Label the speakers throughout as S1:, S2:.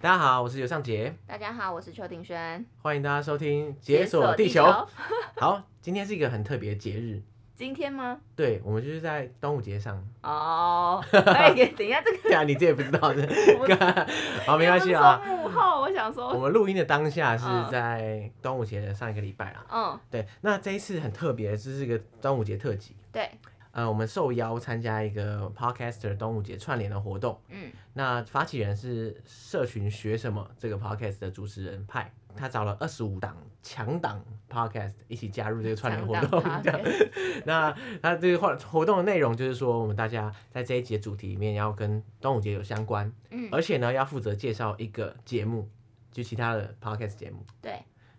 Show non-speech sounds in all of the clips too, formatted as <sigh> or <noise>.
S1: 大家好，我是尤尚杰，
S2: 大家好，我是邱庭轩。
S1: 欢迎大家收听《解锁地球》好，今天是一个很特别的节日，
S2: 今天吗？
S1: 对我们就是在端午节上。 <laughs>
S2: 哦，哎，等一下，这个
S1: 对啊，你这也不知道 <laughs> 是
S2: 我们
S1: 好，没关系啊。。
S2: 因为不是说幕后，我想
S1: 我
S2: 说，
S1: 们录音的当下是
S2: 嗯
S1: 在端午节的上一个礼拜啦。
S2: 嗯，
S1: 对，那这一次很特别，这是一个端午节特辑。
S2: 对，
S1: 呃，我们受邀参加一个 Podcaster 端午节串联的活动。
S2: 嗯
S1: 那发起人是社群学什么这个 podcast 的主持人派，他找了二十五档强档 podcast 一起加入这个串联活动
S2: 强档。
S1: 这样那他这个活活动的内容就是说，我们大家在这一节主题里面要跟端午节有相关，
S2: 嗯，
S1: 而且呢要负责介绍一个节目，就其他的 podcast 节目。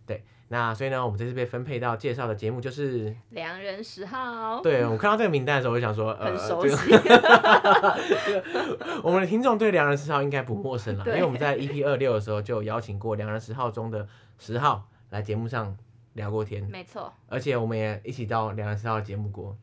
S2: 对，
S1: 那所以呢，我们这次被分配到介绍的节目就是，
S2: 良人十号，
S1: 对我看到这个名单的时候，我就想说，呃，
S2: 哦很熟
S1: 这个
S2: 悉， <laughs>
S1: 我们的听众对良人十号应该不陌生了，因
S2: 对
S1: 为我们在 EP 二六的时候就有邀请过良人十号中的十号来节目上聊过天，
S2: <laughs> 没错，
S1: 而且我们也一起到良人十号的节目
S2: <laughs>
S1: 过，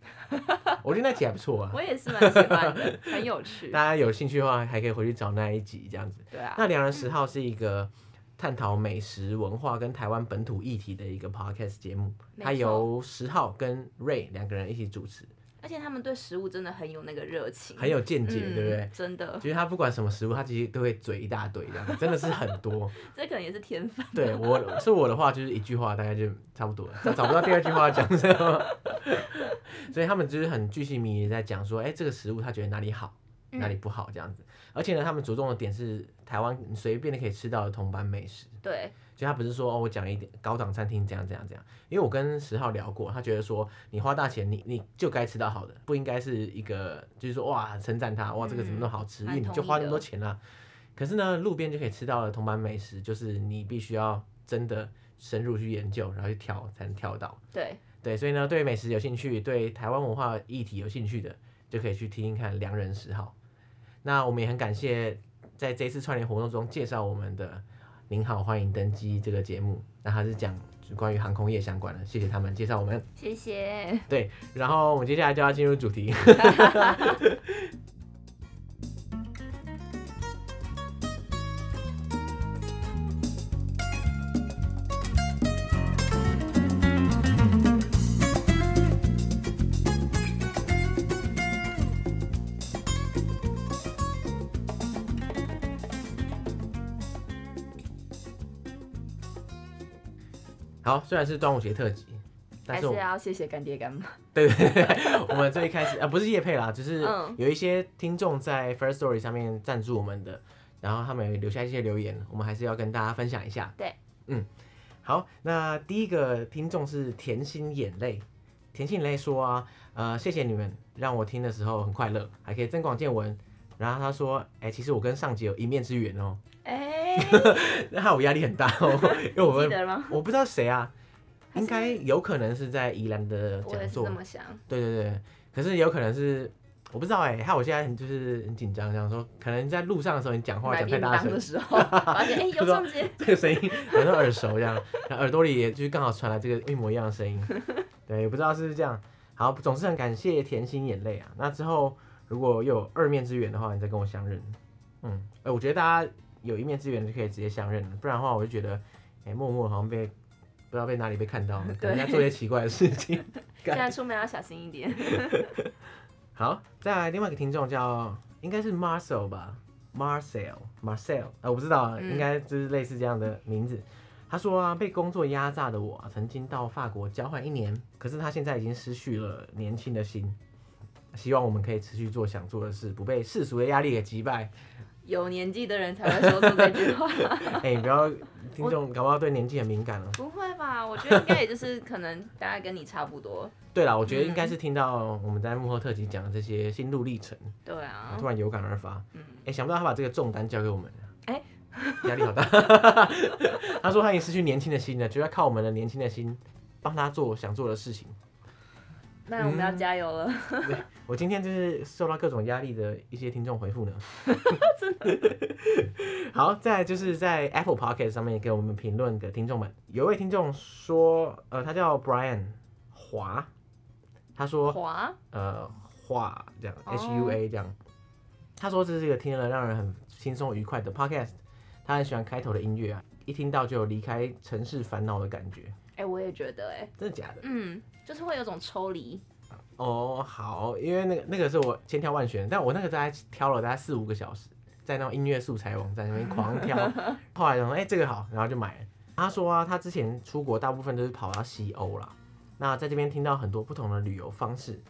S1: 我觉得那集还不错啊。
S2: 我也是蛮喜欢的，很有
S1: <laughs>
S2: 趣
S1: 大。家有兴趣的话，还可以回去找那一集这样子。
S2: 对啊，
S1: 那良人十号是一个探讨美食文化跟台湾本土议题的一个 podcast 节目，
S2: 没
S1: 它
S2: 错
S1: 由十号跟 Ray 两个人一起主持，
S2: 而且他们对食物真的很有那个热情，
S1: 很有见解，
S2: 嗯
S1: 对不对？
S2: 真的，
S1: 其实他不管什么食物，他其实都会嘴一大堆，这样子真的是很多。
S2: 这可能也是天分。
S1: <laughs> 对我是我的话，就是一句话大概就差不多了，找找不到第二句话讲什么。 <laughs> 所以他们就是很巨细靡遗地在讲说，哎、这个食物他觉得哪里好，哪里
S2: 嗯，
S1: 不好这样子。而且呢，他们着重的点是台湾你随便的可以吃到的同班美食。
S2: 对，
S1: 就他不是说哦，我讲一点高档餐厅怎样怎样怎样，因为我跟十号聊过，他觉得说你花大钱，你你就该吃到好的，不应该是一个就是说哇称赞他哇这个怎么那么好吃，
S2: 嗯
S1: 因为你
S2: 蛮
S1: 就
S2: 同意
S1: 花那么多
S2: 的
S1: 钱啦、可是呢，路边就可以吃到的同版美食，就是你必须要真的深入去研究，然后去挑才能挑到。
S2: 对，
S1: 对，所以呢，对美食有兴趣，对台湾文化议题有兴趣的，就可以去听听看《良人十号》。那我们也很感谢在这次串联活动中介绍我们的“您好，欢迎登机”这个节目，那它是讲关于航空业相关的，谢谢他们介绍我们。
S2: 谢谢。
S1: 对，然后我们接下来就要进入主题。好，虽然是端午节特辑，但是
S2: 还是
S1: 我们
S2: 要谢谢干爹
S1: <laughs>
S2: 干妈。
S1: 对对对，我们最一开始啊，不是叶配啦，就是
S2: 嗯
S1: 有一些听众在 First Story 上面赞助我们的，然后他们有留下一些留言，我们还是要跟大家分享一下。
S2: 对，
S1: 嗯，好，那第一个听众是甜心眼泪，甜心眼泪说啊，呃，谢谢你们让我听的时候很快乐，还可以增广见闻。然后他说，哎、其实我跟上集有一面之缘哦， <laughs>
S2: 哎，
S1: 那害我压力很大
S2: <laughs>
S1: 哦，因为我
S2: 记
S1: 们
S2: 得吗？
S1: 我不知道谁啊，
S2: 还
S1: 应
S2: 是
S1: 该有可能是在宜兰的
S2: 我
S1: 讲
S2: 也是
S1: 座
S2: 这。么想。
S1: 对对对，可是有可能是我不知道哎、害我现在很就是很紧张，想说可能在路上的时候你讲话讲
S2: 买
S1: 太
S2: 便
S1: 大
S2: 当
S1: 声
S2: 的， <laughs> 时候，发现哎，有上街。
S1: 这个声音很耳熟这样，然后耳朵里也就是刚好传来这个一模一样的声音，对，不知道是不是这样。好，总是很感谢甜心眼泪啊。那之后如果又有二面之缘的话，你再跟我相认。嗯，哎、我觉得大家有一面之缘就可以直接相认了，不然的话我就觉得，哎、默默好像被不知道被哪里被看到了，可能在做一些奇怪的事情。
S2: <laughs> 现在出门要小心一点。
S1: 好，再来另外一个听众叫应该是 Marcel 吧，Marcel Marcel，呃，我不知道啊，
S2: 嗯
S1: 应该就是类似这样的名字。他说啊，被工作压榨的我啊、曾经到法国交换一年，可是他现在已经失去了年轻的心。希望我们可以持续做想做的事，不被世俗的压力给击败。
S2: 有年纪的人才会说出这句话，
S1: 哎、你不要听众搞不好对年纪很敏感哦。
S2: <laughs> 不会吧？我觉得应该也就是可能大概跟你差不多。
S1: 对了，我觉得应该是听到我们在幕后特辑讲的这些心路历程，
S2: 对啊
S1: 突，然有感而发。
S2: 嗯，
S1: 哎、想不到他把这个重担交给我们，
S2: 哎
S1: <laughs> 压力好大。他说他已经失去年轻的心了，就要靠我们的年轻的心帮他做想做的事情。
S2: 那我们要加油了。
S1: 我今天就是受到各种压力的一些听众回复
S2: <laughs>
S1: 呢，真的。 <laughs> 好，再来就是在 Apple Pocket 上面给我们评论的听众们，有一位听众说，呃，他叫 Brian 华，他说
S2: 滑
S1: 呃画这样
S2: 哦
S1: H U A 这样。他说这是一个听了让人很轻松愉快的 podcast，他很喜欢开头的音乐啊，一听到就有离开城市烦恼的感觉，
S2: 哎、我也觉得、哎，
S1: 真的假的？
S2: 嗯，就是会有种抽离，
S1: 哦，好，因为那个那个是我千挑万选，但我那个大概挑了大概四五个小时，在那种音乐素材网站上面狂挑，
S2: <laughs>
S1: 后来想说，哎、这个好，然后就买了。他说啊，他之前出国大部分都是跑到西欧啦，那在这边听到很多不同的旅游方式，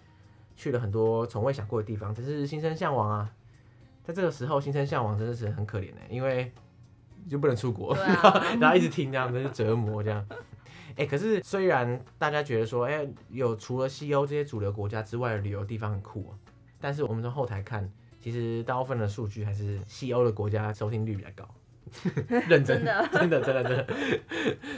S1: 去了很多从未想过的地方，真是心生向往啊。在这个时候，心生向往真的是很可怜的、欸因为就不能出国，
S2: 对
S1: 然后
S2: 啊
S1: <laughs> 然后一直听这样，真是折磨这样。哎、可是虽然大家觉得说，哎、有除了西欧这些主流国家之外的旅游地方很酷、啊，但是我们从后台看，其实大部分的数据还是西欧的国家收听率比较高。 <laughs> 认真
S2: 真的
S1: 真的，真的，真的。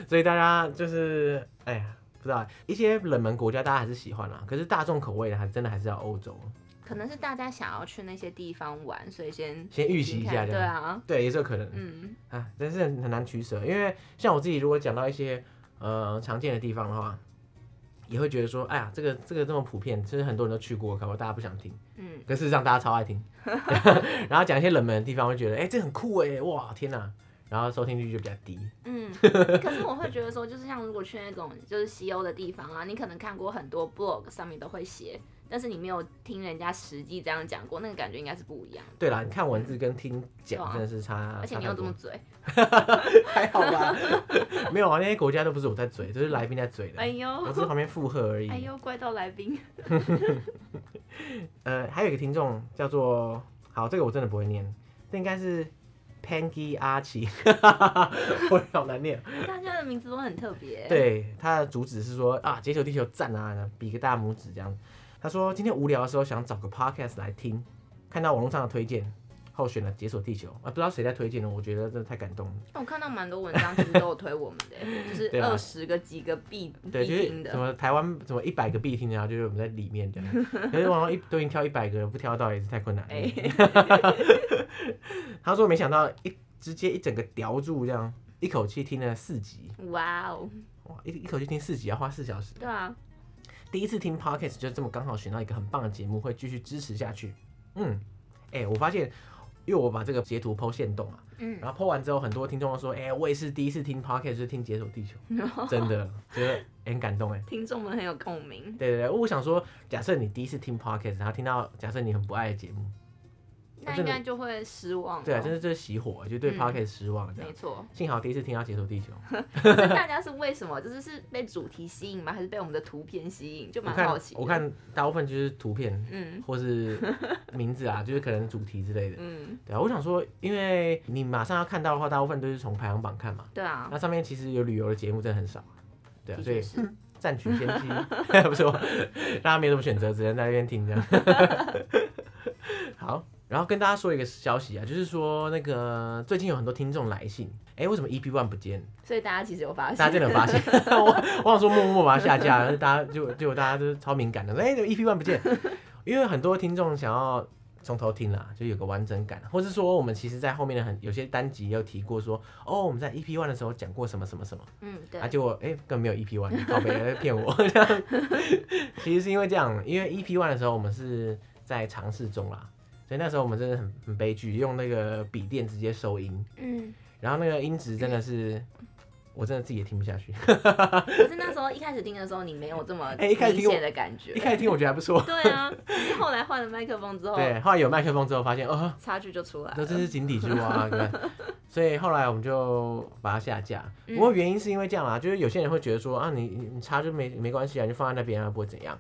S1: 所以大家就是，哎呀，不知道一些冷门国家大家还是喜欢啦，啊可是大众口味的还真的还是要欧洲。
S2: 可能是大家想要去那些地方玩，所以先
S1: 先预习一下
S2: 听看
S1: 这样
S2: 对啊，
S1: 对，也是有可能
S2: 嗯，
S1: 啊，真是很很难取舍。因为像我自己，如果讲到一些呃常见的地方的话，也会觉得说，哎呀，这个这个这么普遍，其实很多人都去过，搞不好大家不想听。
S2: 嗯，
S1: 可事实上大家超爱听。 <laughs> 然后讲一些冷门的地方，会觉得，哎、这很酷哎，哇，天哪！然后收听率就比较低。
S2: 嗯，
S1: <laughs>
S2: 可是我会觉得说，就是像如果去那种就是西欧的地方啊，你可能看过很多 blog 上面都会写，但是你没有听人家实际这样讲过，那个感觉应该是不一样的。
S1: 对啦，你看文字跟听
S2: 对
S1: 讲
S2: 啊
S1: 真的是差，
S2: 而且
S1: 差
S2: 你
S1: 太
S2: 又这
S1: 多
S2: 么嘴，
S1: <laughs> 还好吧？没有啊，那些国家都不是我在嘴，都是来宾在嘴的
S2: 哎。
S1: 啊我
S2: 呦，
S1: 只是旁边附和而已。
S2: <laughs> 哎呦，怪到来宾，
S1: 呃，还有一个听众叫做，好，这个我真的不会念，这应该是 Panky 阿奇， <laughs> 我好难念。
S2: 大家的名字都很特别。，
S1: 对，他的主旨是说啊，解球地球赞啊，然后比个大拇指这样。他说今天无聊的时候想找个 podcast 来听，看到网络上的推荐，候选了解锁地球啊，不知道谁在推荐呢？我觉得真的太感动了。
S2: 我看到蛮多文章其实都有推我们
S1: <laughs>
S2: 的，就是
S1: 对啊
S2: 二十个几个必
S1: 对，
S2: 必
S1: 就
S2: 听
S1: 是什
S2: 的。
S1: 么台湾什么一百个必听，然后就是我们在里面这样。 <laughs> 可是网络一都已经挑一百个，不挑到也是太困难了。
S2: 哎，
S1: <laughs> 他说没想到一直接一整个叼住这样，一口气听了四集，
S2: 哇哦，
S1: 哇，一一口气听四集要花四小时。
S2: 对啊，
S1: 第一次听 podcast 就这么刚好选到一个很棒的节目，会继续支持下去。嗯，哎、我发现。因为我把这个截图剖线动啊，
S2: 嗯，
S1: 然后剖完之后，很多听众都说：“哎、我也是第一次听 podcast，就是听《解锁地
S2: <laughs>
S1: 球》，真的觉得、哎很感动哎。
S2: 听众们很有共鸣，
S1: 对对对，我想说，假设你第一次听 podcast，然后听到假设你很不爱的节目，
S2: 那应该就会失望哦。
S1: 对啊，真的就是熄火，就对
S2: 嗯
S1: podcast 失望这样。
S2: 没错。
S1: 幸好第一次听到《解锁地球》，
S2: 是大家是为什么？就是是被主题吸引吗？还是被我们的图片吸引？就
S1: 我
S2: <laughs> 蛮
S1: 看
S2: 好奇的
S1: 我，看大部分就是图片
S2: 嗯
S1: 或是名字啊，就是可能主题之类的。
S2: 嗯，
S1: 对啊，我想说，因为你马上要看到的话，大部分都是从排行榜看嘛，
S2: 对啊，
S1: 那上面其实有旅游的节目真的很少，对啊，
S2: 的
S1: 所
S2: 确
S1: 以
S2: 是。
S1: 占取先机， <laughs> 不错，大家没什么选择，只能在那边听这样。 <laughs> 好，然后跟大家说一个消息啊，就是说那个最近有很多听众来信，哎，为什么 EP One 不见？
S2: 所以大家其实有发现，
S1: 大家真的有发现？ <laughs> 我我想说默默把它下架，但是大家就就大家都超敏感的，哎、怎么 EP One 不见， <laughs> 因为很多听众想要。从头听啦，就有个完整感，啊或是说我们其实，在后面的很有些单集也有提过说，哦，我们在 EP one 的时候讲过什么什么什么，
S2: 嗯，对
S1: 啊，，结果哎、根本没有 EP one，靠北在骗我。这样 <laughs> 其实是因为这样，因为 EP one 的时候我们是在尝试中啦，所以那时候我们真的很很悲剧，用那个笔电直接收音，
S2: 嗯。
S1: 然后那个音质真的是，我真的自己也听不下去。
S2: 可是那时候一开始听的时候，你没有这么
S1: 哎一开始
S2: 明
S1: 听我
S2: 显的感觉
S1: 一，开始听我觉得还不错，
S2: 对啊。只是后来换了麦克风之后，
S1: 对，后来有麦克风之后发现，哦，
S2: <laughs> 差距就出来
S1: 那真
S2: 了。
S1: 是井底之蛙、
S2: <laughs>
S1: 啊，对吧所以后来我们就把它下架。
S2: 嗯
S1: 不过原因是因为这样啦，就是有些人会觉得说啊，你你你插就没没关系啊，你就放在那边啊，不会怎样。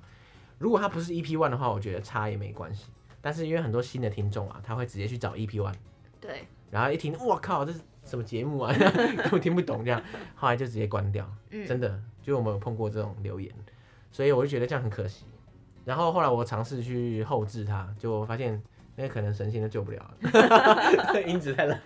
S1: 如果它不是 EP one 的话，我觉得插也没关系。但是因为很多新的听众啊，他会直接去找 EP one，
S2: 对，
S1: 然后一听，我靠，这是什么节目啊， <laughs> 根本听不懂这样，后来就直接关掉。
S2: 嗯，
S1: 真的，就我们有碰过这种留言，所以我就觉得这样很可惜。然后后来我尝试去后置它，就发现那可能神仙都救不了啊了，音质太烂，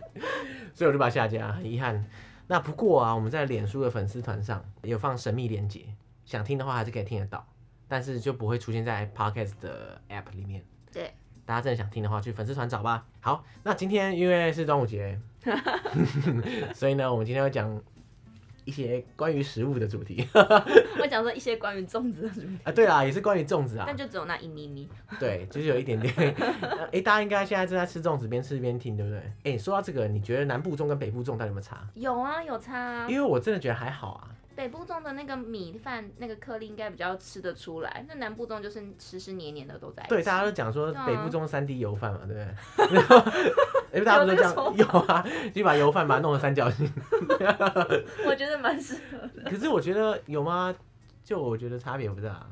S1: 所以我就把它下架，很遗憾。那不过啊，我们在脸书的粉丝团上有放神秘连接，想听的话还是可以听得到，但是就不会出现在 Podcast 的 App 里面。
S2: 对，
S1: 大家真的想听的话，去粉丝团找吧。好，
S2: <laughs>
S1: 那今天因为是端午节，所以呢，我们今天要讲一些关于食物的主题 <laughs>
S2: 我讲说一些关于粽子的主题，
S1: 啊。对啦，也是关于粽子啊
S2: 但。就只有那一咪咪。
S1: 对，就是有一点点。 <laughs> 哎、大家应该现在正在吃粽子，边吃边听，对不对？哎、你说到这个，你觉得南部粽跟北部粽到底有没有差？
S2: 有啊，有差啊
S1: 因。为我真的觉得还好啊。
S2: 北部粽的那个米饭那个颗粒应该比较吃得出来，那南部粽就是湿湿黏黏的都在一起。
S1: 对，大家都讲说
S2: 对啊
S1: 北部粽三 D 油饭嘛，对不对？然后
S2: <laughs>
S1: <laughs> 哎、大家不是这样 <laughs> 有啊，就把油饭把它弄成三角形。
S2: <laughs> 我觉得蛮适合的。
S1: 可是我觉得有吗？就我觉得差别不大。啊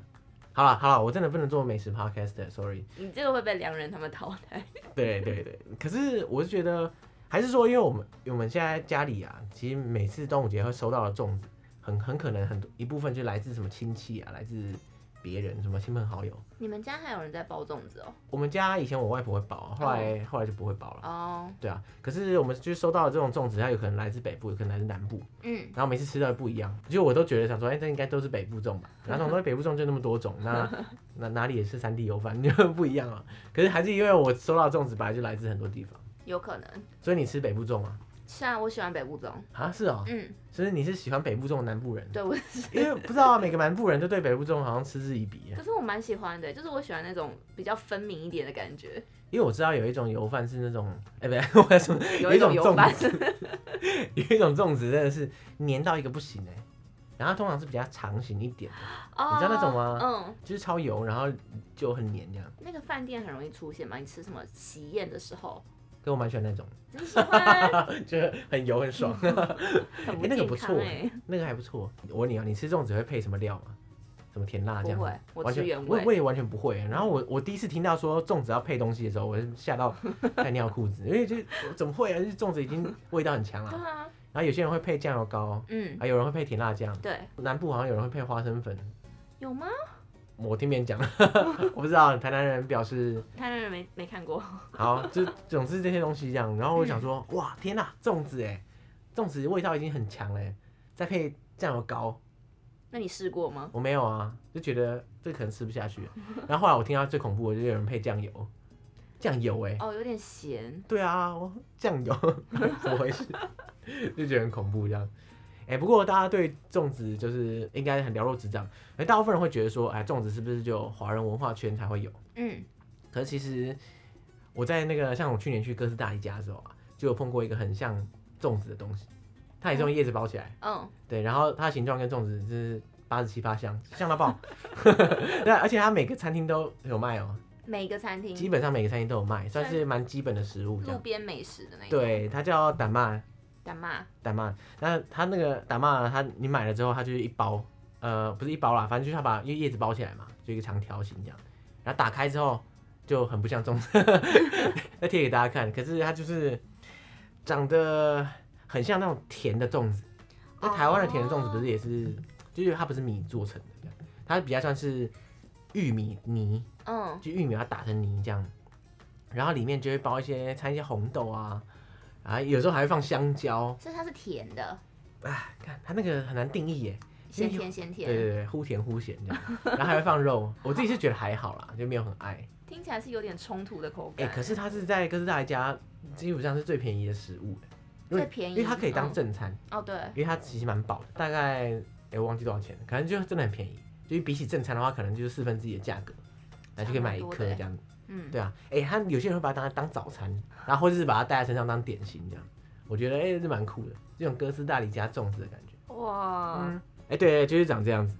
S1: 好了好了，我真的不能做美食 podcast，sorry。
S2: 你这个会被良人他们淘汰。
S1: 对对对，可是我是觉得，还是说，因为我们我们现在家里啊，其实每次端午节会收到的粽子，很很可能很多一部分就来自什么亲戚啊，来自别人，什么亲朋好友。
S2: 你们家还有人在包粽子哦？
S1: 我们家以前我外婆会包啊，后来、后来就不会包了。
S2: 哦，
S1: 对啊，可是我们就是收到的这种粽子，它有可能来自北部，有可能来自南部，
S2: 嗯，
S1: 然后每次吃到的不一样，就我都觉得想说，哎、这应该都是北部粽吧？然后想说哎北部粽就那么多种，那
S2: <laughs>
S1: 那哪里也是三地油饭，就不一样啊。可是还是因为我收到的粽子本来就来自很多地方，
S2: 有可能。
S1: 所以你吃北部粽吗？
S2: 是啊，我喜欢北部粽。
S1: 啊，是哦，
S2: 嗯，
S1: 所以你是喜欢北部粽的南部
S2: <laughs>
S1: 人，
S2: 对，我是。
S1: 因为不知道、啊、每个南部人都对北部粽好像嗤之以鼻啊耶，
S2: 可是我蛮喜欢的，就是我喜欢那种比较分明一点的感觉，
S1: 因为我知道有一种油饭是那种，哎、不对，我 <laughs> 要说
S2: 有
S1: 一
S2: 一
S1: 种
S2: 种
S1: 粽
S2: 油
S1: 子
S2: 饭。
S1: <laughs> 有一种粽子真的是黏到一个不行哎，然后它通常是比较长形一点的，
S2: 哦
S1: 你知道那种吗
S2: 嗯，
S1: 就是超油，然后就很黏这样，
S2: 那个饭店很容易出现嘛，你吃什么喜宴的时 <laughs> 候，
S1: 可我蛮喜欢那 <laughs> 种，
S2: 真喜欢，
S1: 就是很油很爽，
S2: 很
S1: 欸
S2: 不
S1: 那个
S2: 健
S1: 不
S2: 康
S1: 错
S2: 哎、
S1: <laughs> 那个还不错。我问你啊，你吃粽子会配什么料吗？什么甜辣
S2: 不
S1: 酱？
S2: 会，我
S1: 完
S2: 吃
S1: 全
S2: 原
S1: 我
S2: 味。
S1: 我也完全不会。然后我我第一次听到说粽子要配东西的时候，我是吓到 <laughs> 快尿裤子，因为就是我怎么会啊？就是粽子已经味道很强
S2: <laughs> 对
S1: 了。
S2: 啊，
S1: 然后有些人会配酱油膏，
S2: 嗯，
S1: 还有人会配甜辣酱，
S2: 对，
S1: 南部好像有人会配花生粉。
S2: 有吗？
S1: 我听别人讲， <laughs> 我不知道台南人表示
S2: 台南人没没看过，
S1: 好，就总之这些东西这样。然后我想说，哇，天呐，粽子哎，粽子味道已经很强嘞，再配酱油膏，
S2: 那你试过吗？
S1: 我没有啊，就觉得这可能吃不下去。然后后来我听到最恐怖的就是有人配酱油，酱油哎，
S2: 哦，有点咸，
S1: 对啊，我酱油 <laughs> 怎么回事？ <laughs> 就觉得很恐怖这样。哎、不过大家对粽子就是应该很了如指掌，哎，大部分人会觉得说，哎，粽子是不是就华人文化圈才会有？
S2: 嗯，
S1: 可是其实我在那个像我去年去哥斯达黎加的时候啊，就有碰过一个很像粽子的东西，它也是用叶子包起来，
S2: 嗯，
S1: 对，然后它的形状跟粽子就是八十七八像，像到爆。对，啊而且它每个餐厅都有卖哦、
S2: 每个餐厅
S1: 基本上每个餐厅都有卖，算是蛮基本的食物这
S2: 路
S1: 样。
S2: 边美食的那种，
S1: 对，它叫胆嘛
S2: 干嘛？
S1: 胆嘛，那它那个胆嘛，它你买了之后，它就是一包，呃，不是一包啦，反正就是它把因为叶子包起来嘛，就一个长条形这样。然后打开之后就很不像 <laughs> 粽子，要贴给大家看。可是它就是长得很像那种甜的粽子。那台湾的甜的粽子不是也是，就是它不是米做成的这样，它比较像是玉米泥，
S2: 嗯，
S1: 就玉米把它打成泥这样，然后里面就会包一些掺一些红豆啊，啊，有时候还会放香蕉。
S2: 所以它是甜的，
S1: 哎，看它那个很难定义耶，
S2: 咸甜咸
S1: 对
S2: 甜，
S1: 对对，忽甜忽咸这样，然后还会放肉，我自己是觉得还好啦，就没有很爱。
S2: 听起来是有点冲突的口
S1: 哎、
S2: 感。
S1: 可是它是在哥斯达黎加基本上是最便宜的食物，因为
S2: 最便宜
S1: 因为它可以当正餐，
S2: 哦，对，
S1: 因为它其实蛮饱的，大概哎、我忘记多少钱了，可能就真的很便宜，就是比起正餐的话，可能就是四分之一的价格，然后就可以买一颗这样子。
S2: 嗯，
S1: 对啊，哎、他有些人会把它当当早餐，然后或者是把它带在身上当点心这样，我觉得哎、欸是蛮酷的，这种哥斯达黎加粽子的感觉。
S2: 哇，哎、
S1: 嗯，哎、对，就是长这样子，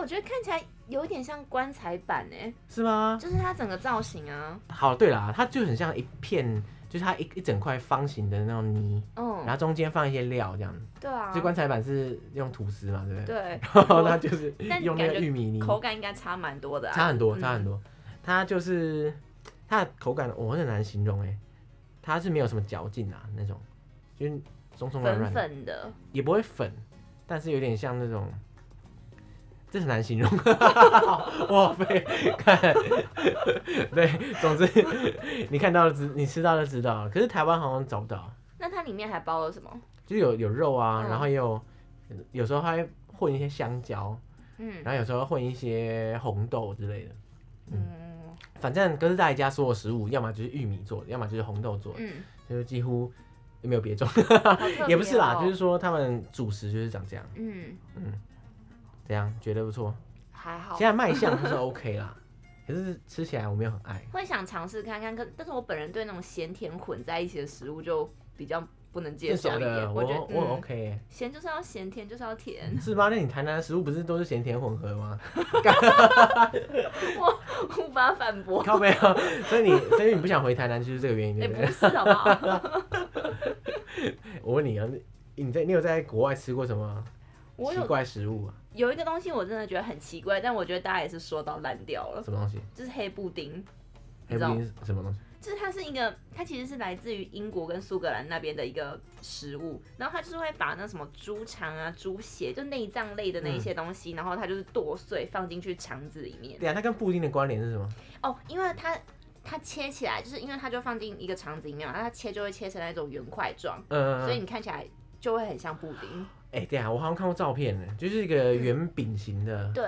S2: 我觉得看起来有一点像棺材板哎，
S1: 是吗？
S2: 就是它整个造型啊，
S1: 好，对啦，它就很像一片，就是它一一整块方形的那种泥，然
S2: 嗯，
S1: 后中间放一些料这样。
S2: 对啊
S1: 这，棺材板是用吐司嘛，对不对？
S2: 对，
S1: 然后它就是
S2: 但
S1: 用那
S2: 感
S1: 个
S2: 觉
S1: 玉米泥，
S2: 口感应该差蛮多的、啊，
S1: 嗯差很多，
S2: 嗯
S1: 差很多。它就是它的口感，我很难形容哎、它是没有什么嚼劲啊那种，就是松松软软
S2: 粉
S1: 的。
S2: 粉的，
S1: 也不会粉，但是有点像那种，这很难形容。哇被看， <laughs> 对，总之你看到了知，你吃到就知道了。可是台湾好像找不到，
S2: 那它里面还包了什么？
S1: 就有有肉啊，
S2: 嗯
S1: 然后也有有时候还会混一些香蕉，
S2: 嗯
S1: 然后有时候混一些红豆之类的。
S2: 嗯
S1: <laughs> 反正哥斯达黎加所有食物，要么就是玉米做的，要么就是红豆做的，
S2: 嗯，
S1: 就是几乎没有别种，
S2: 好特别
S1: <laughs>
S2: 哦
S1: 也不是啦，就是说他们主食就是长这样，
S2: 嗯，
S1: 这样觉得不错。
S2: 还好
S1: 现。在卖相还是 OK 啦，可是吃起来我没有很爱。
S2: 会想尝试看看，可但是我本人对那种咸甜混在一起的食物就比较不能接
S1: 真的
S2: 受
S1: 假
S2: 一点。
S1: 的？我
S2: 觉得
S1: 我很
S2: 嗯
S1: OK 耶
S2: 咸就是要咸，甜就是要甜。 <laughs>
S1: 是吧？那你台南的食物不是都是咸甜混合吗？
S2: 我无法反驳。
S1: 靠背啊，所以你所以你不想回台南就是这个原因，
S2: 哎、
S1: 对不
S2: 不
S1: 对？
S2: 是好不好？ <laughs>
S1: 我问你啊，你你在你有在国外吃过什么
S2: 我
S1: 奇
S2: 有
S1: 怪食物啊？
S2: 有一个东西我真的觉得很奇怪，但我觉得大家也是说到烂掉了，
S1: 什么东西？
S2: 就是黑布丁。
S1: 黑
S2: 你呃知
S1: 布
S2: 道
S1: 丁是什么东西？
S2: 就是它是一个，它其实是来自于英国跟苏格兰那边的一个食物，然后它就是会把那什么猪肠啊、猪血，就内脏类的那
S1: 嗯
S2: 一些东西，然后它就是剁碎放进去肠子里面。
S1: 对啊，它跟布丁的关联是什么？
S2: 哦，因为它它切起来，就是因为它就放进一个肠子里面嘛，然后它切就会切成那种圆块状，
S1: 嗯、
S2: 所以
S1: 呃，
S2: 你看起来就会很像布丁。
S1: 哎、对啊，我好像看过照片呢，就是一个圆饼型的，
S2: 对，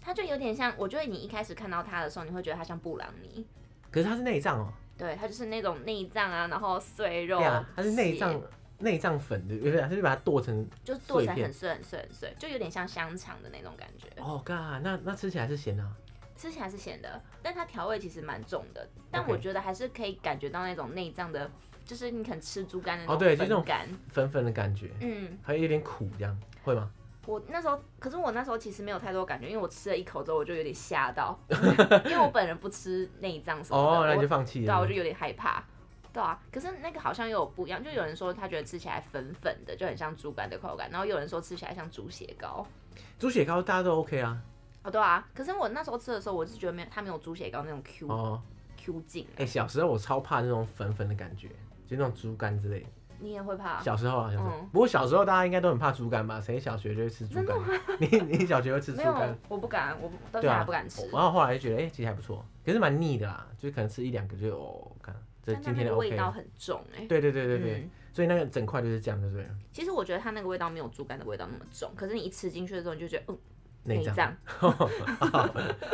S2: 它就有点像，我觉得你一开始看到它的时候，你会觉得它像布朗尼。
S1: 可是它是内脏哦，
S2: 对，它就是那种内脏啊，然后碎肉，
S1: 对啊，它是内
S2: 血
S1: 脏内脏粉的，对不对？它就是把它剁成，
S2: 就剁
S1: 碎
S2: 成
S1: 片
S2: 很碎很碎很碎，就有点像香肠的那种感觉。
S1: 哦，God，那那吃起来是咸的啊、
S2: 吃起来是咸的，但它调味其实蛮重的，但
S1: OK
S2: 我觉得还是可以感觉到那种内脏的，就是你可能吃猪肝的
S1: 哦对就
S2: 那
S1: 是那
S2: 种
S1: 种
S2: 粉感。
S1: 粉粉的感觉，
S2: 嗯，
S1: 还有一点苦，这样会吗？
S2: 我那时候，可是我那时候其实没有太多感觉，因为我吃了一口之后我就有点
S1: <laughs>
S2: 吓到，因为我本人不吃内脏什么
S1: 哦，
S2: 的，
S1: 那
S2: 我
S1: 你就放弃
S2: 对啊，
S1: 了
S2: 我。就有点害怕。对啊，可是那个好像又有不一样，就有人说他觉得吃起来粉粉的，就很像猪肝的口感，然后有人说吃起来像猪血糕。
S1: 猪血糕大家都 OK 啊。
S2: 哦，对啊，可是我那时候吃的时候，我是觉得没有它没有猪血糕那种 Q、
S1: 哦，
S2: Q 劲。欸
S1: 哎、小时候我超怕那种粉粉的感觉，就那种猪肝之类的。
S2: 你也会怕？
S1: 小时候啊，小时候。
S2: 嗯
S1: 不过小时候大家应该都很怕猪肝吧？谁小学就会吃猪肝？你 <laughs> 你小学会吃猪
S2: 没有
S1: 肝？，
S2: 我不敢，我不到
S1: 对
S2: 现在还
S1: 啊
S2: 不敢吃。
S1: 然后后来就觉得，哎、其实还不错，可是蛮腻的啦，就是可能吃一两个就哦，看这
S2: 但它
S1: 今
S2: 那
S1: 天的
S2: 个味
S1: OK
S2: 道
S1: 了。
S2: 很重哎、
S1: 对对对对对，
S2: 嗯
S1: 所以那个整块就是这样，对不对了？
S2: 其实我觉得它那个味道没有猪肝的味道那么重，可是你一吃进去的时候，你就觉得，嗯，
S1: 内脏。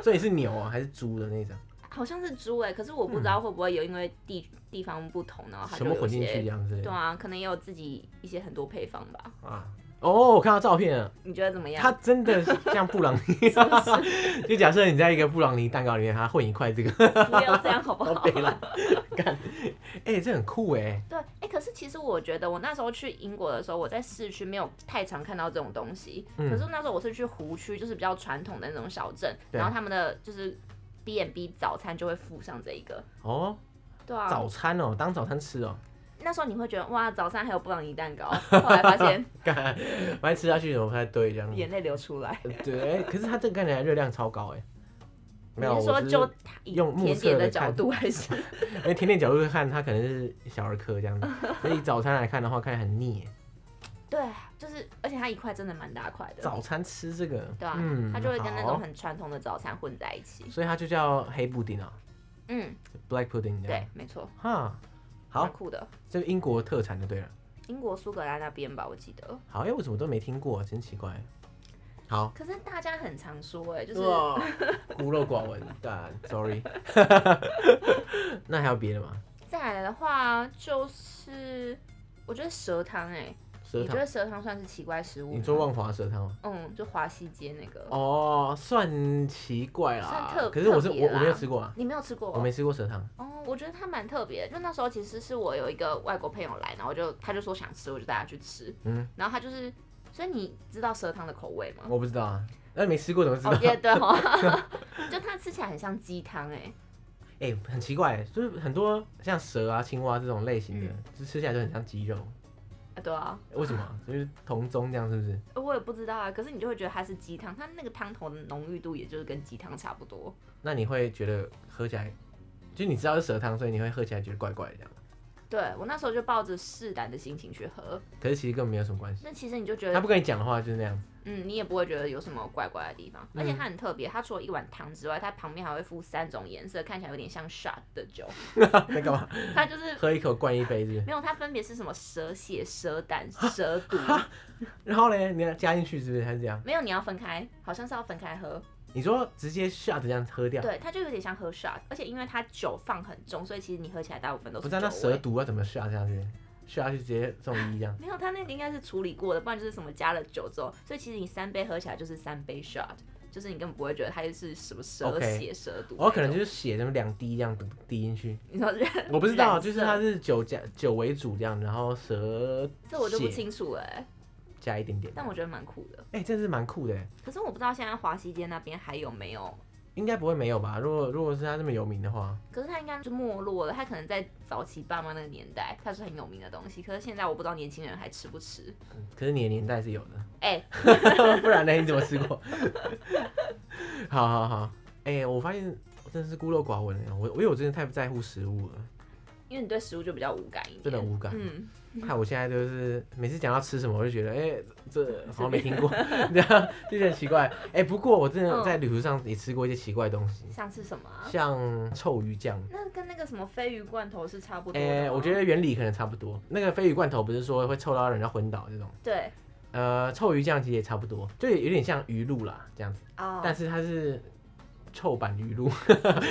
S1: 所以是牛啊，还是猪的那种？
S2: 好像是猪哎、可是我不知道会不会有因为地、地方不同，然后哦它就
S1: 全部嗯
S2: 有
S1: 混进去这
S2: 些，
S1: 样子
S2: 对啊，可能也有自己一些很多配方吧。
S1: 啊？哦，我看到照片了，
S2: 你觉得怎么样？
S1: 它真的像布
S2: <laughs>
S1: 朗尼， <laughs> 就假设你在一个布朗尼蛋糕里面，它混一块这个，
S2: 不要这样好不
S1: 好 <laughs>
S2: 好？
S1: 悲了，干，哎、这很酷哎，
S2: <laughs> 对，哎、可是其实我觉得我那时候去英国的时候，我在市区没有太常看到这种东西。
S1: 嗯
S2: 可是那时候我是去湖区，就是比较传统的那种小镇，
S1: 对啊
S2: 然后他们的就是 B and B 早餐就会附上这一个。
S1: 哦，
S2: 对啊，
S1: 早餐哦，当早餐吃哦，
S2: 那时候你会觉得哇，早餐还有布朗尼蛋
S1: <laughs>
S2: 糕，后来发现
S1: 干，万一吃下去怎么不太对这样？
S2: 眼泪流出来。
S1: 对，哎可是它这个看起来热量超高哎，没有，
S2: 你是说
S1: 我只哎
S2: 就是以
S1: 用目
S2: 甜
S1: 测
S2: 点
S1: 的
S2: 的角
S1: 看
S2: 度还是？
S1: <laughs> 因为甜点角度看，它可能是小儿科这样子，所以早餐来看的话，看起来很腻耶。
S2: 对，啊就是而且它一块真的蛮大块的。
S1: 早餐吃这个，
S2: 对啊，
S1: 嗯，
S2: 它就会跟那种
S1: 好，
S2: 很传统的早餐混在一起。
S1: 所以它就叫黑布丁啊
S2: 嗯，
S1: ，black pudding 这样。
S2: 对，没错，
S1: 哈，
S2: 蛮
S1: 好，
S2: 酷的。
S1: 这个英国特产就对了。
S2: 英国苏格兰那边吧，我记得。
S1: 好，哎、我怎么都没听过、啊，真奇怪。好，
S2: 可是大家很常说、哎，就是
S1: 哇，孤陋寡闻，
S2: <laughs>
S1: 但 sorry。那还有别的吗？
S2: 再来的话，就是我觉得蛇汤、哎，
S1: 蛇
S2: 你觉
S1: 汤？
S2: 得蛇汤算是奇怪食物吗？
S1: 你说万华蛇汤吗？
S2: 嗯，就华西街那个，
S1: 哦，算奇怪啦，
S2: 算特
S1: 可是我是
S2: 特
S1: 我
S2: 别
S1: 我没有
S2: 啦
S1: 吃过啊，
S2: 你没有吃过？
S1: 我没吃过蛇汤。
S2: 哦，我觉得它蛮特别的，就那时候其实是我有一个外国朋友来，然后就他就说想吃，我就带他去吃，
S1: 嗯，
S2: 然后他就是，所以你知道蛇汤的口味吗？
S1: 我不知道啊，那没吃过怎么知道？
S2: 哦，对对哦， <laughs> 就它吃起来很像鸡汤哎，
S1: <laughs> 哎、很奇怪，就是很多像蛇啊、青蛙这种类型的，
S2: 嗯
S1: 就吃起来就很像鸡肉，
S2: 啊对啊，
S1: 为什么啊？就是同宗这样是不是？
S2: 我也不知道啊，可是你就会觉得它是鸡汤，它那个汤头的浓郁度也就是跟鸡汤差不多，
S1: 那你会觉得喝起来，就你知道是蛇汤，所以你会喝起来觉得怪怪的这样，
S2: 对我那时候就抱着试胆的心情去喝，
S1: 可是其实根本没有什么关系。
S2: 那其实你就觉
S1: 他
S2: 得，
S1: 啊不跟你讲的话就是那
S2: <laughs>
S1: 样子，
S2: 嗯，你也不会觉得有什么怪怪的地方，而且
S1: 嗯
S2: 它很特别，它除了一碗汤之外，它旁边还会附三种颜色，看起来有点像 shot 的
S1: <laughs>
S2: 酒，
S1: 在干嘛？
S2: 它就是
S1: 喝一口灌一杯是
S2: <laughs>
S1: 不是？
S2: 没有，它分别是什么蛇血、蛇胆、蛇
S1: <laughs>
S2: 毒，
S1: 然后嘞，你要加进去是不是？还是这样？
S2: 没有，你要分开，好像是要分开喝。
S1: 你说直接 shot 这样喝掉，
S2: 对，它就有点像喝 shot，而且因为它酒放很重，所以其实你喝起来大部分都
S1: 不啊知
S2: 是
S1: 道那
S2: 酒
S1: 蛇
S2: 味
S1: 毒要怎么 shot 下去？需要去直接送医这样。
S2: 没有，它那个应该是处理过的，不然就是什么加了酒之后，所以其实你三杯合起来就是三杯 shot，就是你根本不会觉得它是什么蛇
S1: OK
S2: 血蛇毒那种。
S1: 哦我可能就是血那么两滴这样滴滴进
S2: <laughs>
S1: 去，
S2: 你
S1: <laughs>
S2: 说这
S1: 我不知道，
S2: 染
S1: 就是
S2: 色
S1: 它是酒加酒为主这样，然后蛇
S2: 这我就不
S1: 血
S2: 清楚了欸、
S1: 加一点点。
S2: 但我觉得蛮酷的。
S1: 哎、这是蛮酷的，
S2: 可是我不知道现在华西街那边还有没有，
S1: 应该不会没有吧？如果如果是它这么有名的话，
S2: 可是它应该就没落了。它可能在早期爸妈那个年代，它是很有名的东西。可是现在我不知道年轻人还吃不吃。
S1: 可是你的年代是有的。
S2: 哎、
S1: <laughs> 不然呢？你怎么吃过？ <laughs> 好好好，哎、我发现我真的是孤陋寡闻了。欸我因为我真的太不在乎食物了，
S2: 因为你对食物就比较无感一点，
S1: 真的无感
S2: 嗯，
S1: 害我现在就是每次讲到吃什么，我就觉得哎、这好像没听
S2: <laughs>
S1: 过，这样就觉得很奇怪。哎、不过我真
S2: 嗯
S1: 的在旅途上也吃过一些奇怪的东西，
S2: 像是什么啊、
S1: 像臭鱼酱。
S2: 那跟那个什么鲱鱼罐头是差不多的吗。
S1: 哎、我觉得原理可能差不多。那个鲱鱼罐头不是说会臭到让人家昏倒这种，
S2: 对
S1: 呃，臭鱼酱其实也差不多，就有点像鱼露啦这样子，
S2: 哦，
S1: 但是它是臭版鱼露。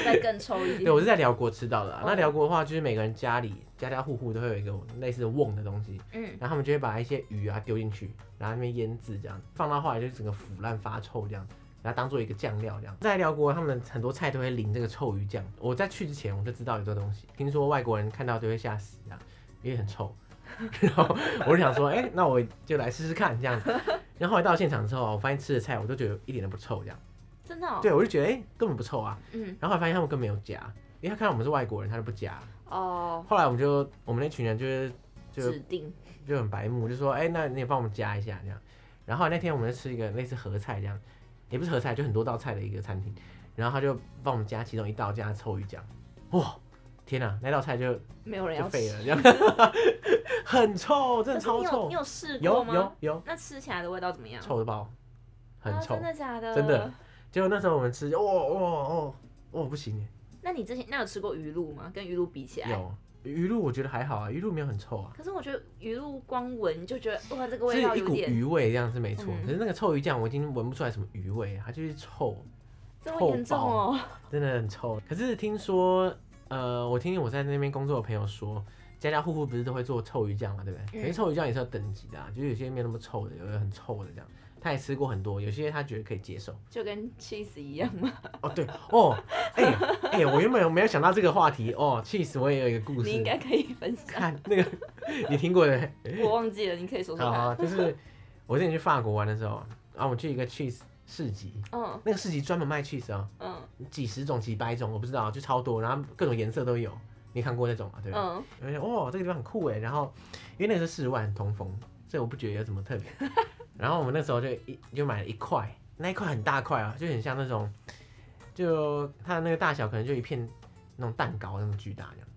S2: 再更抽一
S1: 对，
S2: 点。
S1: 我是在辽国吃到的啊、
S2: 哦
S1: 那辽国的话，就是每个人家里家家户户都会有一个类似的瓮的东西，
S2: 嗯，
S1: 然后他们就会把一些鱼啊丢进去，然后那边腌制这样，放到后来就整个腐烂发臭这样。然后当做一个酱料这样，在辽国他们很多菜都会淋这个臭鱼酱。我在去之前我就知道有这个东西，听说外国人看到都会吓死啊，因为很臭。 <laughs> 然后我就想说，哎、那我就来试试看这样子。然后后来到现场之后啊，我发现吃的菜我都觉得一点都不臭这样。
S2: 真的、哦。
S1: 对，我就觉得哎、根本不臭啊。
S2: 嗯，
S1: 然后后来发现他们根本没有夹，因为他看到我们是外国人，他就不夹。
S2: 哦，
S1: 后来我们就我们那群人就是就
S2: 指定
S1: 就很白目，就说哎、那你也帮我们夹一下这样。然后后来那天我们就吃一个类似合菜这样，也不是合菜，就很多道菜的一个餐厅。然后他就帮我们夹其中一道加臭鱼酱，哇，天哪、那道菜就
S2: 没有人
S1: 就
S2: 要
S1: 废
S2: 吃。
S1: 了，
S2: <laughs>
S1: 这样很臭，真的
S2: 可是
S1: 超
S2: 你有
S1: 臭
S2: 你，有试过
S1: 有
S2: 吗？
S1: 有有
S2: 那吃起来的味道怎么样？
S1: 臭的爆，很
S2: 啊
S1: 臭
S2: 真。的假的？
S1: 真的。结果那时候我们吃，哦哦哦哦不行耶，
S2: 那你之前那有吃过鱼露吗？跟鱼露比起来，
S1: 有鱼露我觉得还好啊，鱼露没有很臭啊。
S2: 可是我觉得鱼露光闻就觉得哇，这个
S1: 是
S2: 味道
S1: 一
S2: 有
S1: 股
S2: 点，
S1: 鱼味，这样是没错。
S2: 嗯
S1: 可是那个臭鱼酱，我已经闻不出来什么鱼味，它就是臭，
S2: 这么严重哦。
S1: 真的很臭。可是听说，呃，我听我在那边工作的朋友说，家家户户不是都会做臭鱼酱嘛，对不对？
S2: 嗯
S1: 可是臭鱼酱也是有等级的、啊，就是有些没有那么臭的，有的很臭的这样。他也吃过很多，有些他觉得可以接受。
S2: 就跟 cheese 一样嘛。
S1: 哦，对，哦，哎、哎、我原本没有想到这个话题哦，气死我也有一个故
S2: 你应
S1: 事。
S2: 该可以
S1: <laughs>
S2: 分享，
S1: 看那个，你听过的？
S2: 我忘记了，你可以说说
S1: 好
S2: 看。
S1: 好，就是我之前去法国玩的时候，啊然后我去一个 cheese 市集，
S2: 嗯
S1: 那个市集专门卖 cheese 啊，
S2: 嗯
S1: 几十种、几百种，我不知道，就超多，然后各种颜色都有。你看过那种吗？对吧？
S2: 嗯，
S1: 有点哦，这个地方很酷哎。然后因为那个是室外很通风，所以我不觉得有什么特别。然后我们那时候就一就买了一块，那一块很大块啊，就很像那种，就它的那个大小可能就一片那种蛋糕那么巨大这样。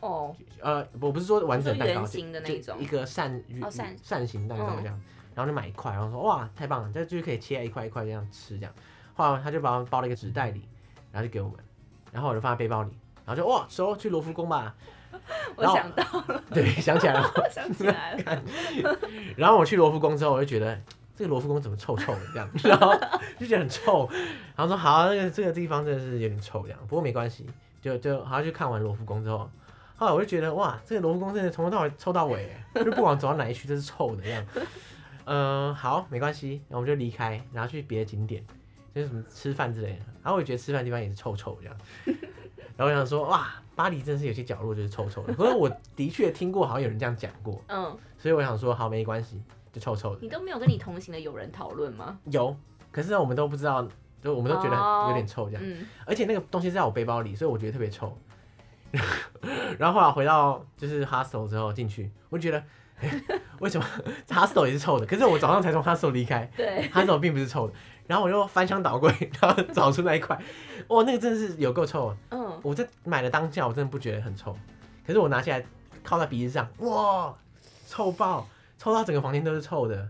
S2: 哦，
S1: 呃，我不是说完整蛋糕，
S2: 你说圆形的那
S1: 就
S2: 一种
S1: 就一个扇
S2: 哦扇嗯
S1: 扇形蛋糕这样，然后就买一块，然后说哇太棒了，这就是可以切一块一块这样吃这样。后来他就把我包了一个纸袋里，然后就给我们，然后我就放在背包里，然后就哇走去罗浮宫吧，
S2: 我想到，
S1: 对，想起来了。
S2: 我想起来了，
S1: 然后我去罗浮宫之后，我就觉得这个罗浮宫怎么臭臭的这样，然后就觉得很臭，然后说好，啊那个这个地方真的是有点臭这样，不过没关系，就就好像去看完罗浮宫之后，后来我就觉得哇，这个罗浮宫真的从头到尾臭到尾耶，就不管走到哪一区都是臭的这样。嗯、好，没关系，然后我们就离开，然后去别的景点，就是什么吃饭之类的。然后我也觉得吃饭的地方也是臭臭这样。然后我想说，哇，巴黎真是有些角落就是臭臭的。可是我的确听过，好像有人这样讲过。
S2: 嗯，
S1: 所以我想说，好，没关系，就臭臭的。
S2: 你都没有跟你同行的友人讨论吗？
S1: 有，可是呢，我们都不知道，就我们都觉得很
S2: 哦
S1: 有点臭这样。
S2: 嗯，
S1: 而且那个东西在我背包里，所以我觉得特别臭。 <laughs> 然后后来回到就是 hostel 之后进去，我就觉得、 <laughs> 哎为什么 hostel 也是臭的？可是我早上才从 hostel 离开
S2: 对，
S1: ，hostel 并不是臭的。然后我又翻箱倒柜，然后找出那一块，哇，那个真的是有够臭。
S2: 嗯，
S1: 我在买的当下，我真的不觉得很臭，可是我拿起来靠在鼻子上，哇，臭爆，臭到整个房间都是臭的。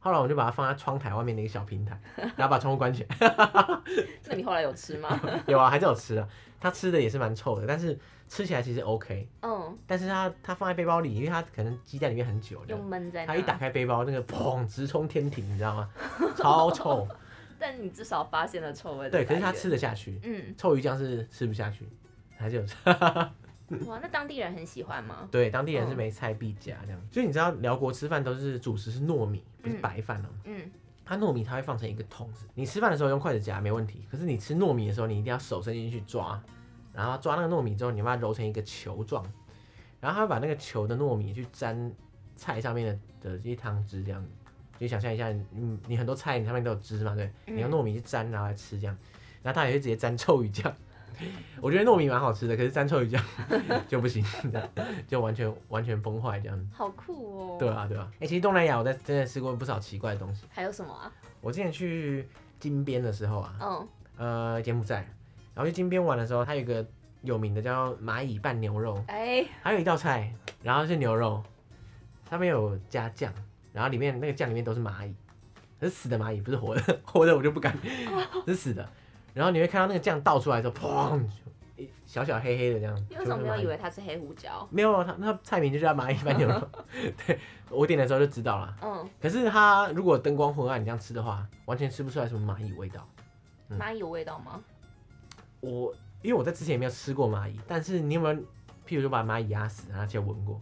S1: 后来我就把它放在窗台外面的一个小平台，然后把窗户关起来。 <laughs>
S2: 那你后来有吃吗？
S1: 有啊，还是有吃啊。它吃的也是蛮臭的，但是吃起来其实 OK。
S2: 嗯，
S1: 但是它它放在背包里，因为它可能积在里面很久这
S2: 又
S1: 样。
S2: 闷在那。
S1: 它一打开背包，那个砰直冲天庭，你知道吗？超臭。
S2: 但你至少发现了臭味的
S1: 对，可是它
S2: 来源，
S1: 吃得下去，
S2: 嗯，
S1: 臭鱼酱是吃不下去，还是有吃。
S2: 哇，那当地人很喜欢吗？
S1: 对，当地人是没菜必加这样。所以你知道辽国吃饭都是主食是糯米，不是
S2: 嗯
S1: 白饭哦、
S2: 嗯，
S1: 它糯米它会放成一个桶子，你吃饭的时候用筷子夹没问题，可是你吃糯米的时候，你一定要手伸进去抓，然后抓那个糯米之后，你把它揉成一个球状，然后它会把那个球的糯米去沾菜上面的的一些汤汁，这样子。就想象一下，嗯，你很多菜你上面都有汁嘛，对，
S2: 嗯
S1: 你用糯米去沾，然后来吃这样，然后它也会直接沾臭鱼酱。 <laughs> 我觉得糯米蛮好吃的，可是沾臭鱼酱 <laughs> 就不行，这样就完全完全崩坏这样。
S2: 好酷哦。
S1: 对，啊，对啊。哎、其实东南亚我在真的吃过不少奇怪的东西。
S2: 还有什么啊？
S1: 我之前去金边的时候啊，
S2: 嗯，
S1: 呃，柬埔寨，然后去金边玩的时候，它有一个有名的叫蚂蚁拌牛肉，
S2: 哎，
S1: 还有一道菜，然后是牛肉，上面有加酱，然后里面那个酱里面都是蚂蚁，可是死的蚂蚁，不是活的， <laughs> 活的我就不敢，是死的。然后你会看到那个酱倒出来的时候，砰，一小小黑黑的这样，
S2: 你为什么没有
S1: 全
S2: 以
S1: 部是蚂蚁
S2: 为它是黑胡椒？
S1: 没有，它那菜名就叫蚂蚁拌牛
S2: <laughs>
S1: 肉，对我点的时候就知道了。
S2: 嗯，
S1: 可是它如果灯光昏暗，你这样吃的话，完全吃不出来什么蚂蚁味道。嗯
S2: 蚂蚁有味道吗？
S1: 我因为我在之前也没有吃过蚂蚁，但是你有没有，譬如说把蚂蚁压死，然后去闻过，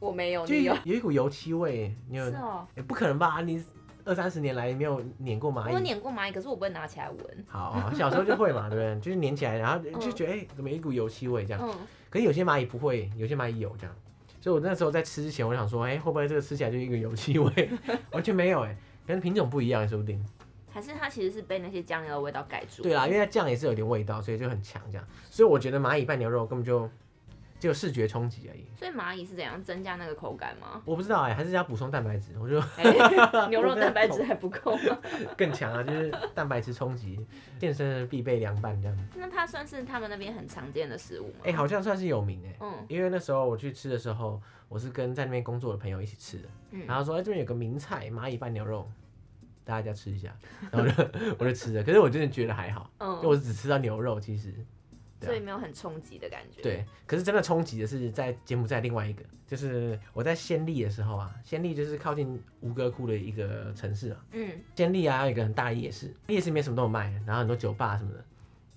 S2: 我没有，
S1: 就
S2: 哦你有
S1: 有？有一股油漆味，你有
S2: 是？哦，
S1: 诶不可能吧？啊你二三十年来没有碾过
S2: 我
S1: 蚂
S2: 有
S1: 蚁？
S2: 碾过蚂蚁，可是我不会拿起来闻。
S1: 好，哦小时候就
S2: <laughs>
S1: 会嘛，对不对？就是碾起来，然后就
S2: 嗯
S1: 觉得哎、诶怎么有一股油漆味这样？
S2: 嗯，
S1: 可是有些蚂蚁不会，有些蚂蚁有这样。所以我那时候在吃之前，我就想说，哎、会不会这个吃起来就是一个油漆味？ <laughs> 完全没有哎、诶可是品种不一样，说不定。
S2: 还是它其实是被那些酱油的味道盖住。
S1: 对啊啦，因为它酱也是有点味道，所以就很强这样。所以我觉得蚂蚁拌牛肉根本就只有视觉冲击而已。
S2: 所以蚂蚁是怎样增加那个口
S1: <laughs>
S2: 感吗？
S1: 我不知道哎、还是要补充蛋白质，我 <laughs> 觉得
S2: 哎牛肉蛋白质还不够吗？
S1: 更强啊，就是蛋白质冲击，健身的必备凉拌这样。
S2: 那它算是他们那边很常见的食物吗？
S1: 哎、好像算是有名哎、
S2: 嗯，
S1: 因为那时候我去吃的时候，我是跟在那边工作的朋友一起吃的，
S2: 嗯
S1: 然后说哎、这边有个名菜蚂蚁拌牛肉，大家一定要吃一下，然后我就我就吃了，可是我真的觉得还好，因为
S2: 嗯，
S1: 我只吃到牛肉其实。对啊
S2: 所以没有很冲击的感觉。，
S1: 对，可是真的冲击的是在柬埔寨另外一个，就是我在暹粒的时候啊，暹粒就是靠近吴哥窟的一个城市啊。
S2: 嗯，
S1: 暹粒啊，有一个很大的夜市，夜市里面什么都有卖，然后很多酒吧什么的。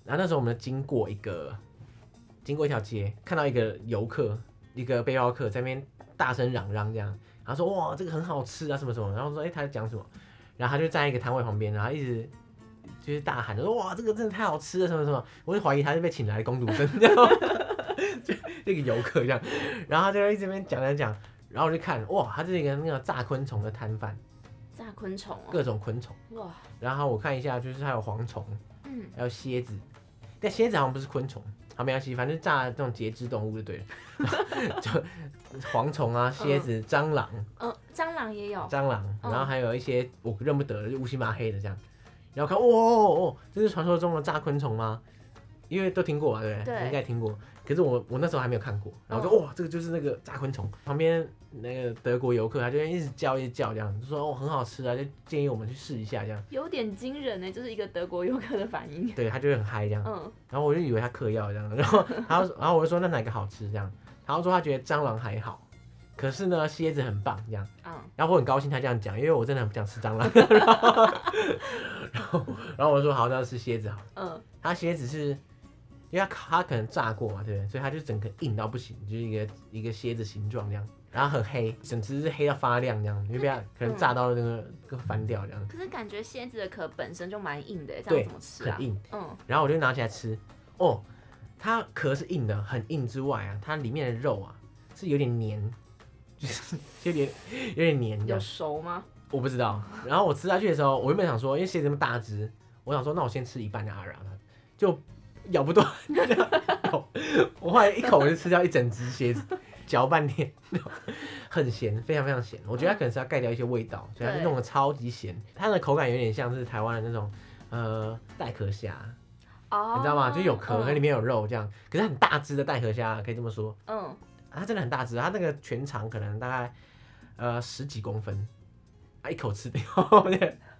S1: 然后那时候我们经过一个，经过一条街，看到一个游客，一个背包客在那边大声嚷嚷这样，然后说哇这个很好吃啊什么什么，然后说哎、他在讲什么，然后他就站在一个摊位旁边，然后一直就是大喊说哇这个真的太好吃了什么什么，我就怀疑他是被请来的工读生， <laughs> 你知道吗？就一个游客这样，然后他就一直在那边讲讲讲，然后我就看哇他是一个那个炸昆虫的摊贩，
S2: 炸昆虫哦，
S1: 各种昆虫。
S2: 哇，
S1: 然后我看一下，就是还有蝗虫，
S2: 嗯，
S1: 还有蝎子，但蝎子好像不是昆虫，好没关系，反正炸这种节肢动物就
S2: <laughs>
S1: 对了，就蝗虫啊、蝎子、蟑螂、
S2: 呃，蟑螂也有，
S1: 蟑螂，
S2: 嗯
S1: 然后还有一些我认不得的，就乌漆麻黑的这样。然后看，哇哦哦哦，这是传说中的炸昆虫吗？因为都听过吧，对不对？
S2: 对哦
S1: 应该听过。可是我我那时候还没有看过，然后我就哦哇，这个就是那个炸昆虫。旁边那个德国游客，他就一直叫一直叫这样，就说哦很好吃啊，就建议我们去试一下这样。
S2: 有点惊人呢，就是一个德国游客的反
S1: <laughs>
S2: 应。
S1: 对他就会很嗨这样。
S2: 嗯，
S1: 然后我就以为他嗑药这样， <laughs> 然后他就然后我就说那哪个好吃这样，然后说他觉得蟑螂还好，可是呢蝎子很棒这样，
S2: 嗯，
S1: 然后我很高兴他这样讲，因为我真的很不想吃蟑螂， <laughs> 然后然后我就说好，那吃蝎子好了，
S2: 嗯，
S1: 他蝎子是因为他他可能炸过嘛，对不对？所以他就整个硬到不行，就是一个一个蝎子形状这样，然后很黑，整只是黑到发亮这样，因为被他可能炸到那个个翻掉这样，
S2: 可是感觉蝎子的壳本身就蛮硬的，这
S1: 对
S2: 样怎么吃啊
S1: 很？硬。
S2: 嗯，
S1: 然后我就拿起来吃，哦，它壳是硬的，很硬之外啊，它里面的肉啊是有点黏，就是 <laughs> 有点有点黏
S2: 有
S1: 的，
S2: 熟吗？
S1: 我不知道。然后我吃下去的时候，我原本想说，因为蟹这么大只，我想说那我先吃一半的阿然，就咬不断， <laughs> 咬我后来一口我就吃掉一整只蝎子。嚼半天，很咸，非常非常咸。我觉得它可能是要盖掉一些味道，所以它就
S2: 对
S1: 弄得超级咸。它的口感有点像是台湾的那种，呃，带壳虾，
S2: 哦，
S1: 你知道吗？就有壳，
S2: 嗯
S1: 它里面有肉这样，可是很大只的带壳虾，可以这么说，啊
S2: 嗯，
S1: 它真的很大只，它那个全长可能大概呃十几公分，啊一口吃掉， <laughs>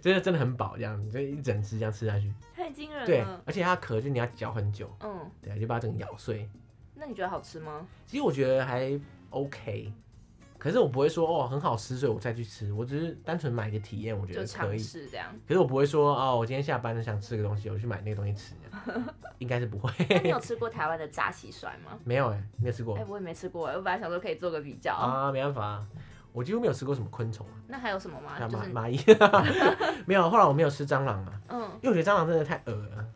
S1: 真的真的很饱，这样就一整只这样吃下去，
S2: 太惊
S1: 对
S2: 人了，。
S1: 而且它壳就你要嚼很久，
S2: 嗯，
S1: 对，就把它整个咬碎。
S2: 那你觉得好吃吗？
S1: 其实我觉得还 OK，可可是我不会说哦很好吃，所以我再去吃，我只是单纯买一个体验，我觉
S2: 就
S1: 得可
S2: 尝
S1: 以。
S2: 试这样。
S1: <laughs> 可是我不会说哦，我今天下班了想吃个东西，我去买那个东西吃， <laughs> 应该是不会。
S2: 那你有吃过台湾的炸蟋蟀吗？
S1: 没有哎、没有吃过
S2: 哎、我也没吃过，我本来想说可以做个比较。
S1: 啊，没办法、我几乎没有吃过什么昆虫啊，
S2: 那还有什么吗？
S1: 像
S2: 就
S1: 蚂
S2: 是
S1: 蚂蚁， <laughs> 没有。后来我没有吃蟑螂啊，
S2: 嗯，
S1: 因为我觉得蟑螂真的太恶了。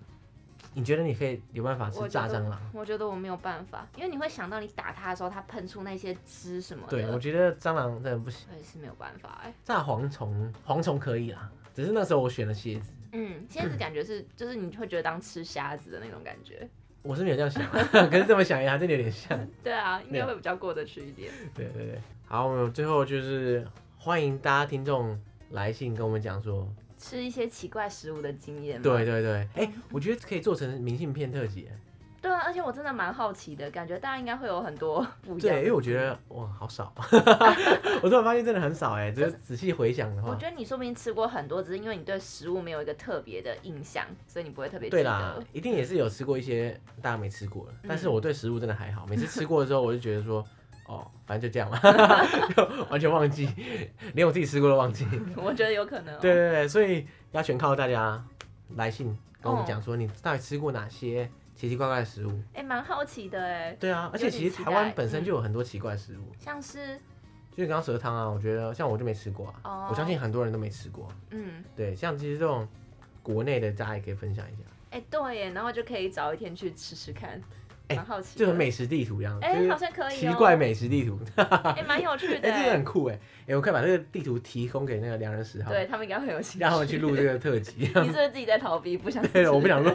S1: 你觉得你可以有办法吃
S2: 我觉
S1: 炸
S2: 得
S1: 蟑螂？
S2: 我觉得我没有办法，因为你会想到你打它的时候，它喷出那些汁什么的，
S1: 对，我觉得蟑螂真的不行。
S2: 我也是没有办法哎、
S1: 炸蝗虫，蝗虫可以啦，只是那时候我选了蝎子，
S2: 嗯，蝎子感觉
S1: <clears throat>
S2: 是就是你会觉得当吃虾子的那种感觉。
S1: 我是没有这样想
S2: <laughs>
S1: 啊，可是这么想一下，真的有点像。
S2: 对啊，应
S1: 没
S2: 该
S1: 有
S2: 会比较过得去一点。
S1: 对对对，好，我们最后就是欢迎大家听众来信跟我们讲说，
S2: 吃一些奇怪食物的经验。
S1: 对。对对，哎、我觉得可以做成明信片特辑，
S2: 对啊，而且我真的蛮好奇的，感觉大家应该会有很多 <laughs> 不一样
S1: 对，
S2: 的。
S1: 因为我觉得哇好少， <laughs> 我突然发现真的很少
S2: <laughs>
S1: 哎，只是仔细回想的
S2: 我
S1: 话，
S2: 觉得你说不定吃过很多，只是因为你对食物没有一个特别的印象，所以你不会特别记
S1: 对啦
S2: 得。，嗯
S1: 一定也是有吃过一些大家没吃过的，但是我对食物真的还
S2: <laughs>
S1: 好，每次吃过之后我就觉得说。哦，反正就这样嘛， <laughs> 就完全忘记，连我自己吃过都忘记。
S2: <laughs> 我觉得有可能、哦。
S1: 对对对，所以要全靠大家来信跟我
S2: 哦
S1: 们讲说你到底吃过哪些奇奇怪怪的食物。
S2: 哎、蛮好奇的哎，
S1: 对啊，而且其
S2: 有点
S1: 实
S2: 期
S1: 台湾
S2: 待
S1: 本身
S2: 嗯
S1: 就有很多奇怪的食物，
S2: 像是
S1: 就是刚刚蛇汤啊，我觉得像我就没吃过啊，
S2: 哦
S1: 我相信很多人都没吃过。啊
S2: 嗯，
S1: 对，像其实这种国内的大家也可以分享一下，
S2: 哎、对耶，然后就可以找一天去吃吃看，
S1: 哎
S2: 蛮、好奇的。
S1: 就很美食地图一样，
S2: 哎、
S1: 就
S2: 好
S1: 是
S2: 像可以、
S1: 奇
S2: 哦。
S1: 怪美食地图，
S2: 哎、蛮有趣的
S1: 哎，这个
S2: 哎。
S1: 很酷哎，哎，我可以把这个地图提供给那个良人十号，
S2: 对他们应该会有兴趣。
S1: 让他们去录这个特辑。
S2: <laughs> 你是不是自己在逃避，不想？
S1: <laughs> 对，我不想录，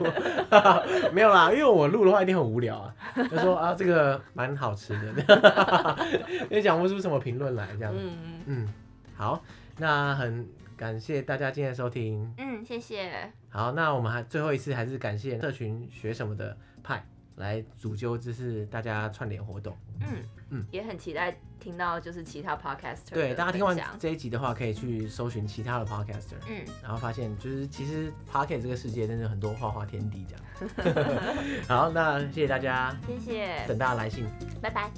S1: <laughs> 没有啦，因为我录的话一定很无聊啊。就说啊，这个蛮好吃的， <laughs> 也讲不出什么评论来，这样。
S2: 嗯
S1: 嗯，好，那很感谢大家今天的收听。
S2: 嗯，谢谢。
S1: 好，那我们还最后一次还是感谢社群学什么的派来主揪，这是大家串联活动。
S2: 嗯
S1: 嗯
S2: 嗯，也很期待听到就是其他 podcaster
S1: 对，
S2: 的
S1: 大家听
S2: 分
S1: 完
S2: 享
S1: 这一集的话，可以去搜寻其他的 podcaster，
S2: 嗯，
S1: 然后发现就是其实 pocket 这个世界真的很多花花 <laughs> 天地这样。好，那谢谢大家，
S2: 谢谢，
S1: 等大家来信。
S2: 拜拜。